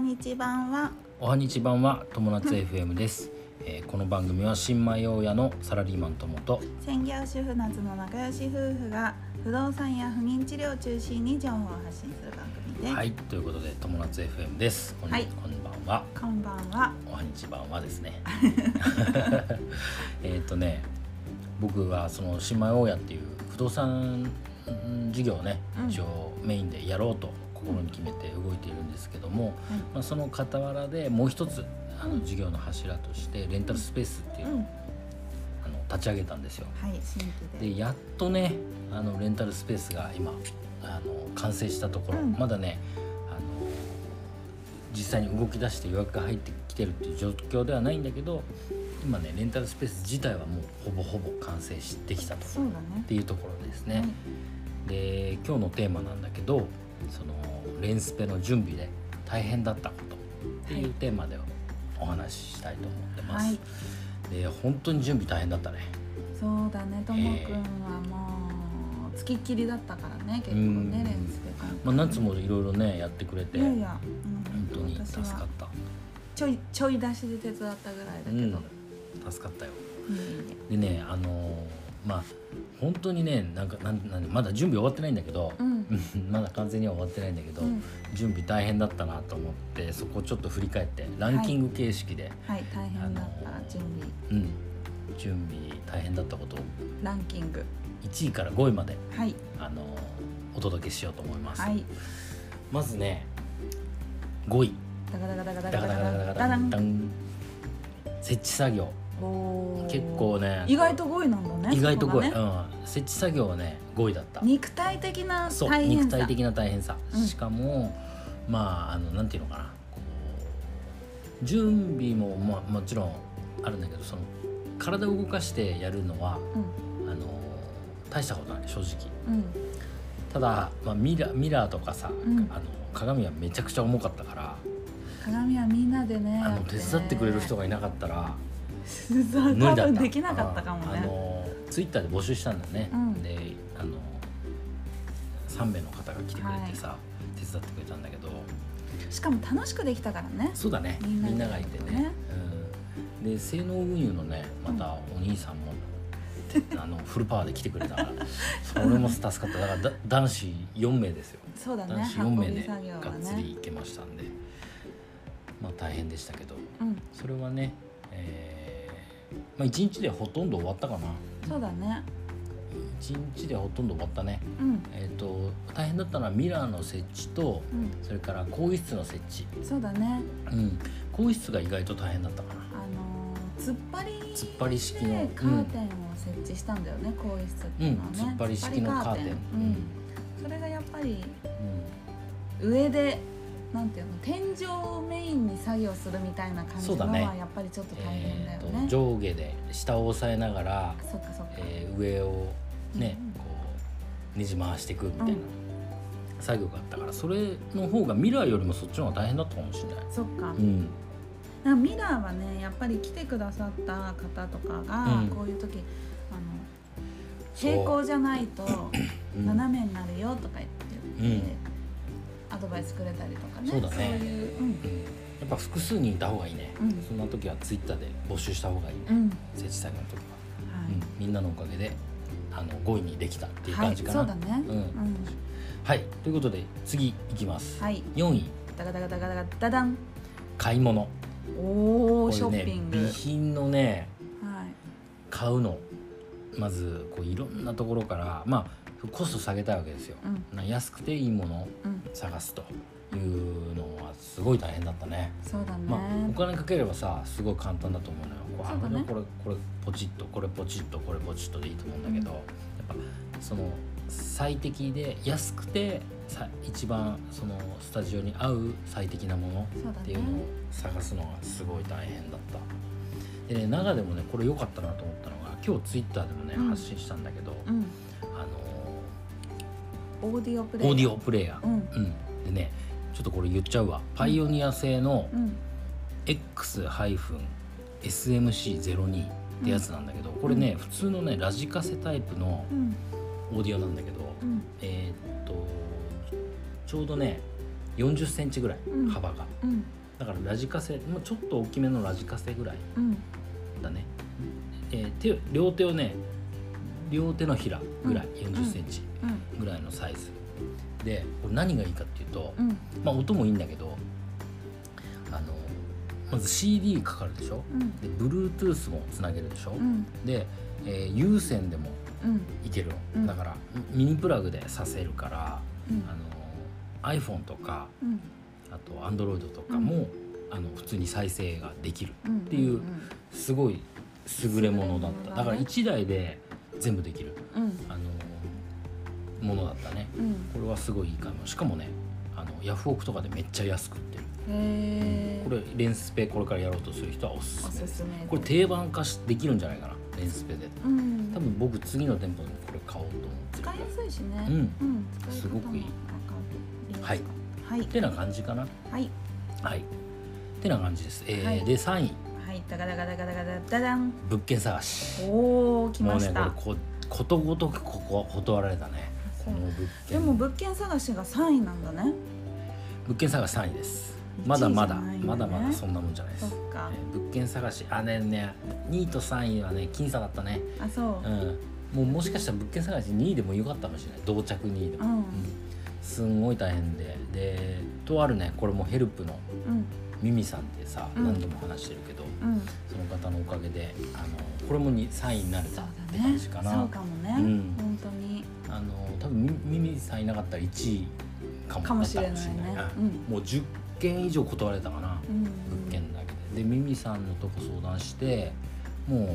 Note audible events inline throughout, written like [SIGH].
にち版はおはにちばんは友達 FM です、えーこの番組は新米大家のサラリーマン友と専業主婦夏の仲良し夫婦が不動産や不妊治療を中心に情報を発信する番組です、はいということで友達 FM ですこん,、はいこんばんはこんばんはおはにちばんはです [LAUGHS] ね [LAUGHS] えっとね僕はその新米大家っていう不動産うん事業をねうん一応メインでやろうと心に決めて動いているんですけども、うんまあ、その傍らでもう一つあうのん事業の柱としてレンタルスペースっていうう、んあの立ち上げたんですよ。はい新規ででやっとねあのレンタルスペースが今あの完成したところ、うんまだねあの実際に動き出して予約が入ってきてるっていう状況ではないんだけど今ねレンタルスペース自体はもうほぼほぼ完成してきたとそうだっねていうところですね。で今日のテーマなんだけどそのレンスペの準備で大変だったことっていうテーマでお話ししたいと思ってまはす。い、で本当に準備大変だったね。そうだねともくんはもう付きっきりだったからね結構ねうんレンズで今回まあ、夏もいろいろねやってくれていやいや、本当うん、に私助かはったちょいちょい出しで手伝ったぐらいだけど、うん、いうん、助かったよえいえでねあのーまあ本当にねなんかなんなんまだ準備終わってないんだけどう、んうんまだ完全には終わってないんだけど、うん準備大変だったなと思ってそこをちょっと振り返ってランキング形式で、はい大変だっあたの準備うん準備大変だったことをランキング1位から5位まで、はいあのーお届けしようと思います、はいまずね5位ダガダガダガダダガガダダガガダガダダダガダンンダン設置作業おー結構ね意外と5位なんだね意外とそこ5が位、ねうん、設置作業はね5位だった肉体的なそう大変肉さ体的な大変さ、うんしかもまああのなんていうのかなこう準備も、まあ、もちろんあるんだけどその体を動かしてやるのはあの大したことない正直うんうんただ、まあ、ミラミラーとかさ、んあの鏡はめちゃくちゃ重かったから、鏡はみんなでねあの手伝ってくれる人ががいなかったら多無理だった分できなかったかもあねのツイッターで募集したんだよね、うんであの3名の方が来てくれてさ、手伝ってくれたんだけどしかも楽しくできたからねそうだねみみんんななががいいててねねうん、で性能運輸のねまたお兄さんも、あのフルパワーで来てく [LAUGHS] れたからそれも助かっただからだ男子4名ですよそうだ男ね子4運名びでが作業はっつねり行けましたんで、まあ大変でしたけどうんそれはね、えーまあ、1日でほとんど終わったかなそうだね1日でほとんど終わったね、うんえー、と大変だったのはミラーの設置とうそれから更衣室の設置、んそうだねうん、更衣室が意外と大変だったかなあのー突っ張り突っ張り式の、でカうーんテンを設置したんだよね更衣室ってういんうのはね突っ張り式のカーテンうんそれがやっぱり上でなんていうの天井をメインに作業するみたいな感じそうのだは、ねやっぱりちょっとうん大変だよえねー、と上下で下を押さえながら、そっかそっか、えー上をね、うんこうねじ回していくみたいうなん作業があったからそれの方がミラーよりもそっちの方が大変だったかもしれない。そっか,、うんミラーはねやっぱり来てくださった方とかが、うんこういう時あのそう平行じゃないとうん斜めになるよとか言って、うんアドバイスくれたりとかねそうだねそういううんうんやっぱ複数人いた方がいいね、うんそんな時はツイッターで募集した方がいい、ねうん設置作業の時は、はういん、みんなのおかげであの5位にできたっていう感じかな、はい、そうだね。うんうん、はいということで次いきます、はい。 4位ダガダガダガダガダダン。買い物おお、ショこれッねピング。備品のねはい。買うのまずこういろんなところからまあコスト下げたいわけですよ、うんな安くていいものをうん、探すというのはすごい大変だったねそうだね。まあ、お金かければさすごい簡単だと思うのよこうそうだねあこれこれポチッとこれポチッとこれポチッとでいいと思うんだけど、うんやっぱその最適で安くてさ一番そのスタジオに合う最適なものそうだね。っていうのを探すのがすごい大変だったでね中でもねこれ良かったなと思ったのが今日ツイッターでもね、うん発信したんだけど、うん。あオーディオプレのイ。オーディィオプレイヤオ。うん。ー、うん、でねちょっとこれ言っちゃうわパイオニア製の、うん。 X-SMC02 ってやつなんだけど、これね普通のねラジカセタイプのうん。オーディオなんだけど、うん。えーっとちょうどね40センチぐらいうん幅が、うん。だからラジカセもうちょっと大きめのラジカセぐらいうんだね、えー手両手をね両手のひらぐらい、4 0センチうんぐらいのサイズでこれ何がいいかっていうと、うんまあ、音もいいんだけどあのまず CD かかるでしょうんで Bluetooth もつなげるでしょ、うんで、えー有線でもうんいけるの、うんだからミニプラグでさせるからうんあの iPhone とかうんあと Android とかも、あの普通に再生ができるうんっていうすごい優れものだっ優れものだねただから1台で全部できるうんあのものだったねうんこれはすごいいい買い物しかもねあのヤフオクとかでめっちゃ安く売ってるへえこれレンスペこれからやろうとする人はおすおすすめですすめこれ定番化しできるんじゃないかなレンスペでうん多分僕次の店舗でもこれ買おうと思ってる使いやすいしねうんうんすごくいい使い方もわかるはいはいてな感じかなはいはいてな感じです、えーはいで3位はいダガダガダガダガダダダン物件探しおお来もまうねしたこれこことごとくここは断られたねそこうの物で件も物件探しが3位なんだね物件探し3位ですまだまだ、一位じゃないよねまだまだそんなもんじゃないですそっかえー物件探しあねね2位と3位はね僅差だったねあそううんもうもしかしたら物件探し2位でもよかったかもしれない同着2位でうも、んすんごい大変ででとあるねこれもヘルプのうんミミさんってさ、うん何度も話してるけどうんその方のおかげであのこれもに3位になれそたうってだね感じそうかかな、もねうん本当にあの多分ミミミさんいなかったら1位かもかもしれないねだったかもしれなううんんもう10件以上断られたかな、うん物件だけででミミさんのとこ相談してもう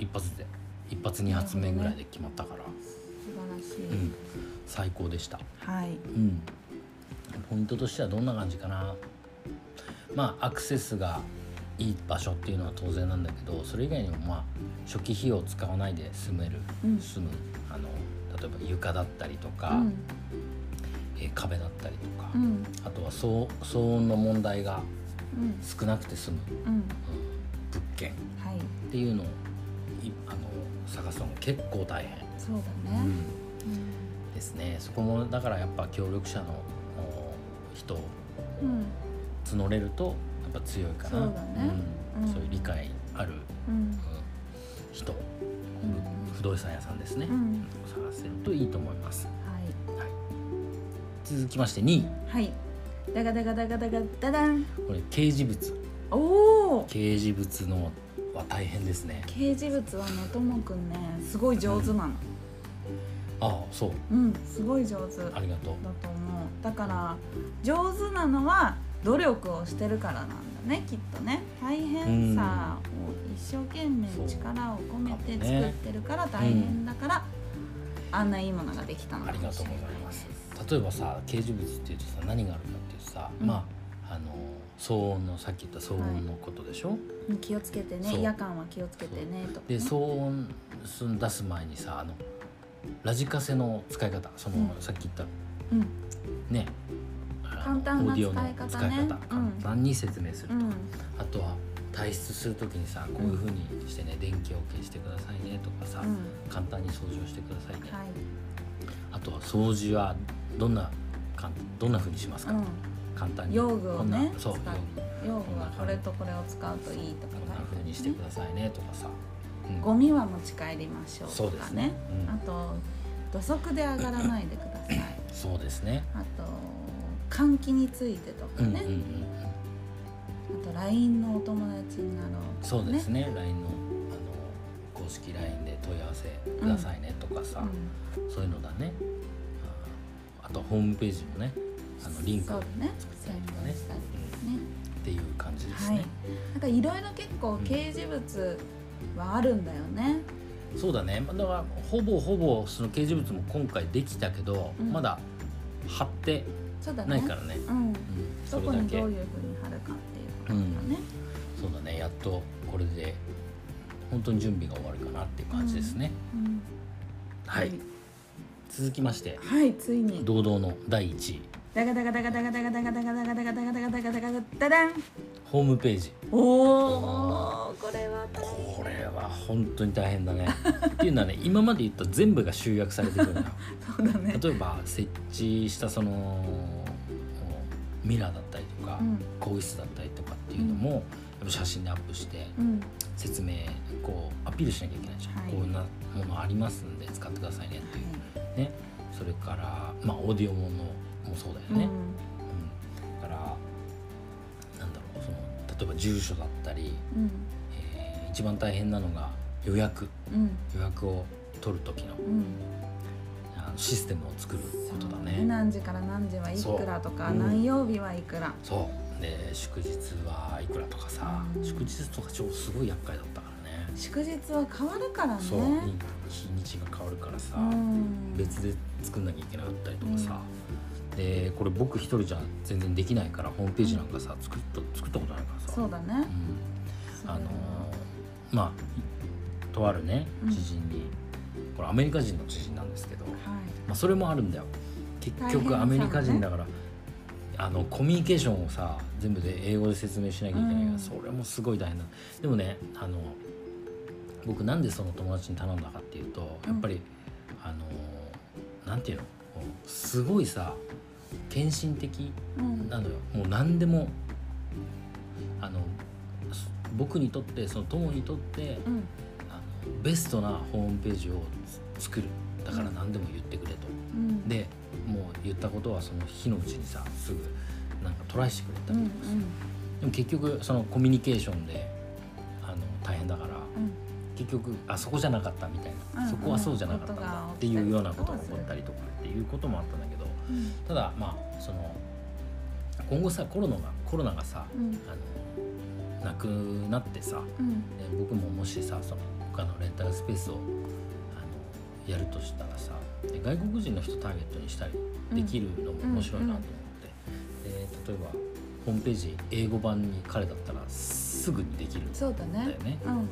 一発で一発二発目ぐらいで決まったから、素晴らしういん、最高でした、はいうん、ポイントとしてはどんな感じかなまあアクセスがいい場所っていうのは当然なんだけどそれ以外にもまあ初期費用を使わないで住める、うん住むあの例えば床だったりとか、うんえー壁だったりとか、うんあとは騒騒音の問題がうん少なくて済む、うんうん物件っはいていうのをいあの探すのも結構大変、そうだうねんですねそこもだからやっぱ協力者のお人をうんうん募れるとやっぱ強いかなそうだねうんうんそういう理解ある、うんうん人、ん不動産屋さんですね、うんを探せるといいと思います、ははい、続きまして2位いはいダガダガダガダガダダンこれ掲示物おお掲示物のは大変ですね掲示物はねともくんねすごい上手なのああそううんすごい上手ありだがとうと思うだから上手なのは努力をしてるからなんだねきっとね大変さを一生懸命そう力を込めてかもね作ってるから大変だから、あんないいものができたのあかりもがしとれうないございますです例えばさ掲示物っていうとさ何があるかっていうとさ、うんまああの騒音のさっき言った騒音のことでしょ、うん気をつけてそうね夜間は気をつけてねとかねで騒音すん出す前にさあのラジカセの使い方その、うさっき言ったうんねあの簡単なオーディオ使いの方使いね方う簡ん単に説明するうと、んあとは退出する時にさこういうふうにしてね、電気を消してくださいねとかさ、うん簡単に掃除をしてくださいね、はいあとは掃除はどんなかんどんなふうにしますか、簡単に用具をねこんなそう使っうん用用具はこれとこれを使うといいとか書いて具こんなあふうるにしてくださいねとかさ、うんゴミは持ち帰りましょうそうとでかすねね、うんあと土足で上がらないでくださいそうですねあと換気についてとかうんうんね、うんうんあと LINE のお友達になろうとそかうねですね LINE のあの公式 LINE で問い合わせくださいねとかさ、そういうのだねああとホームページもねあのリンクそをう作っだねたりとか宣ね伝したりうんっねていう感じですはいね、なんかいろいろ結構掲示物はあるんだよね、そうだねまあだからほぼほぼその掲示物も今回できたけど、うんまだ貼ってそうだねないからね、うんうん、そどれこだにけどういうふうに貼るかっていうことだね、そうだねやっとこれで本当に準備が終わるかなっていう感じですね、うんはい、続きましてはいついに堂々の第1位ダガダガダガダガダガダガダガダガダガダガダガダガダガダダダンホームページおおこれは大変これは本当に大変だねっていうのはね今まで言った全部が集約されてくるんだよそうだね例えば設置したそのミラーだったりとかうん更衣室だったりとかっていうのも、やっぱ写真でアップしてうん説明こうアピールしなきゃいけないじゃん、はいこんなものありますんで使ってくださいねっていう、ねそれからまあオーディオものもそうだよはいね、うんだからなんだろうその例えば住所だったり、うんえー一番大変なのが予約うん予約を取る時のうんあのシステムを作ることだそうね。何時から何時はいくらとか、そううん何曜日はいくらそうで祝日はいくらとかさうん祝日とか超すごい厄介だったからね。祝日は変わるからねそう日にちが変わるからさ、ん別で作んなきゃいけなかったりとかさ、でこれ僕一人じゃ全然できないからホームページなんかさ作った作ったことないからさそうだねうんあのーまあとあるねうん知人に、これアメリカ人の知人なんですけど、まはいあ、それもあるんだよ結大局変さアもねメリカ人だから、あのコミュニケーションをさ全部で英語で説明しなきゃいけないから、うんそれもすごい大変だでもねあの僕なんでその友達に頼んだかっていうとやっぱり、あのーなんていうのこうすごいさ献身的うんなのよもう何でもあのす僕にとってその友にとってうんあのベストなホームページをつ作るだから何でも言ってくれとうんでもう言ったことはその日のうちにさすぐなんかトライしてくれたうんうりんとかさ、でも結局そのコミュニケーションであの大変だからうん結局あそこじゃなかったみたいうな、んうんそこはそうじゃなかったんだっていうようなことが起こったりとかっていうこともあったんだけどうんただまあその今後さコロナがコロナがさうんあのなくなってさうんで僕ももしさその他のレンタルスペースをあのやるとしたらさで外国人の人ターゲットにしたりできるのも面白いなと思って、で例えばホームページ英語版に彼だったらすぐにできるんだよそうだねね、うんうん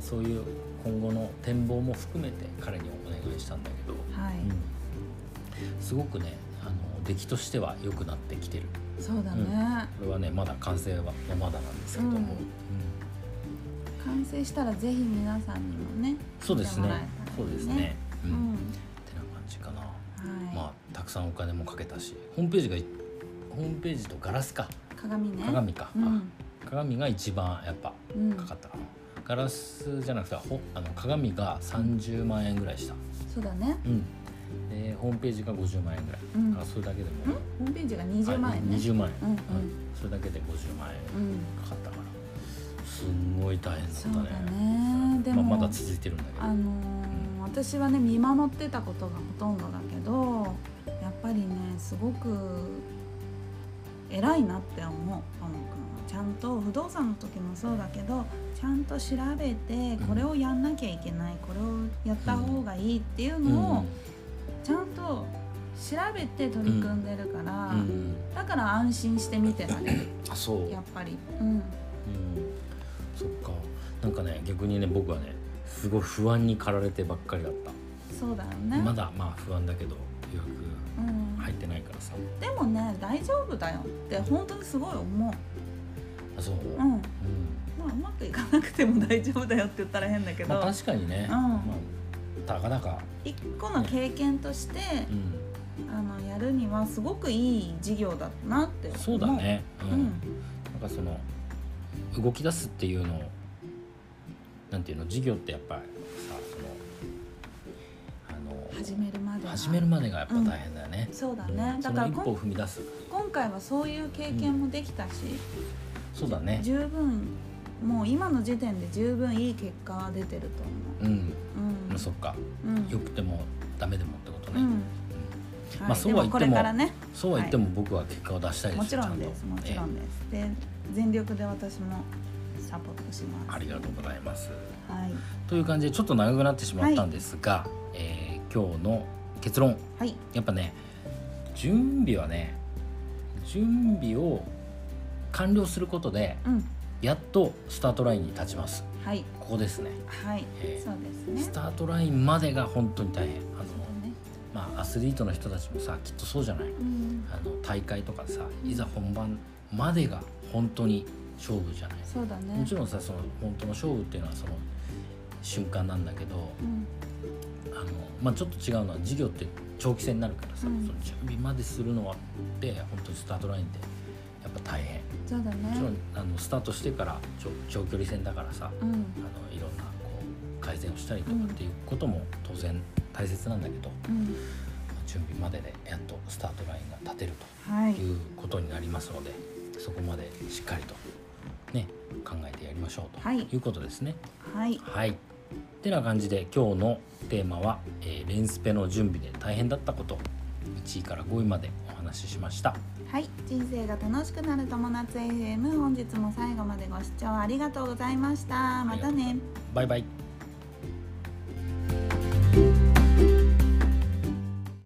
そういう今後の展望も含めて彼にお願いしたんだけど、はい、うんすごくねあの出来としては良くなってきてるそうだね、これはねまだ完成はまだなんですけども、うんうん完成したらぜひ皆さんにもねそうですね見てもらえたらいいねそうですね、ううんん、ってな感じかな、はい、まあたくさんお金もかけたしホームページがホームページとガラスか鏡ね鏡か、うん、あ鏡が一番やっぱうん、かかったかな、ガラスじゃなくてほあの鏡が30万円ぐらいした、そうだねうん、でホームページが50万円ぐらい、うんだからそれだけでうんもホームページが20万円ねあ20万円、うんうんそれだけで50万円うんうんかかったからすんごい大変だったそうねだねでまも、あ、まだ続いてるんだけどあのー私はね見守ってたことがほとんどだけどやっぱりねすごく偉いなって思うともくんはちゃんと不動産の時もそうだけどちゃんと調べてこれをやんなきゃいけないこれをやった方がいいっていうのをちゃんと調べて取り組んでるから、うんうんだから安心して見てられるあそう、うんやっ、ぱり。うんそっかなんかね逆にね僕はねすごい不安に駆られてばっかりだった、そうだよね、まだまあ不安だけど予約うん入ってないからさでもね大丈夫だよって本当にすごい思あそう、う、ううんんまあ、うまくいかなくても大丈夫だよって言ったら変だけど、まあ、確かにね、うんまあ、たかだか、一個の経験として、うん、あのやるにはすごくいい事業だなって思うそうだね、うんうんなんかその動き出すっていうのをなんていうの事業ってやっぱりさそのあの始めるまでは始めるまでがやっぱ大変だよね、そうだねうんだからその一歩こを踏み出す今回はそういう経験もできたし、そうだね十分もう今の時点で十分いい結果は出てると思うん、う、うん、そっかうん良くてもダメでもってことうね、んまあはいそうは言ってもでこれからねそうは言っても僕は結果を出したいですもちろんちゃですともちろんでえす、で全力で私もサポートしえますありがとうございますはいという感じでちょっと長くなってしまったんですが、えー今日の結論はいやっぱね準備はね準備を完了することでうんやっとスタートラインに立ちますはいここですねはい、えーそうですねスタートラインまでが本当に大変あのそうだねまあアスリートの人たちもさきっとそうじゃないうんあの大会とかさいざ本番までが本当に勝負じゃないそうだねもちろんさその本当の勝負っていうのはその瞬間なんだけどうんあの、まあ、ちょっと違うのは事業って長期戦になるからさ、うんその準備までするのはって本当にスタートラインでやっぱ大変そうだもちろんねあのスタートしてから長長距離戦だからさうんあのいろんなこう改善をしたりとかっていうことも当然大切なんだけど、うん準備まででやっとスタートラインが立てるとはいいうことになりますのでそこまでしっかりと、ね、考えてやりましょうとはいいうことですね。はいはい、てな感じで今日のテーマは、えーレンスペの準備で大変だったこと1位から5位までお話ししました。はい人生が楽しくなる友達 FM 本日も最後までご視聴ありがとうございましたまたねバイバイ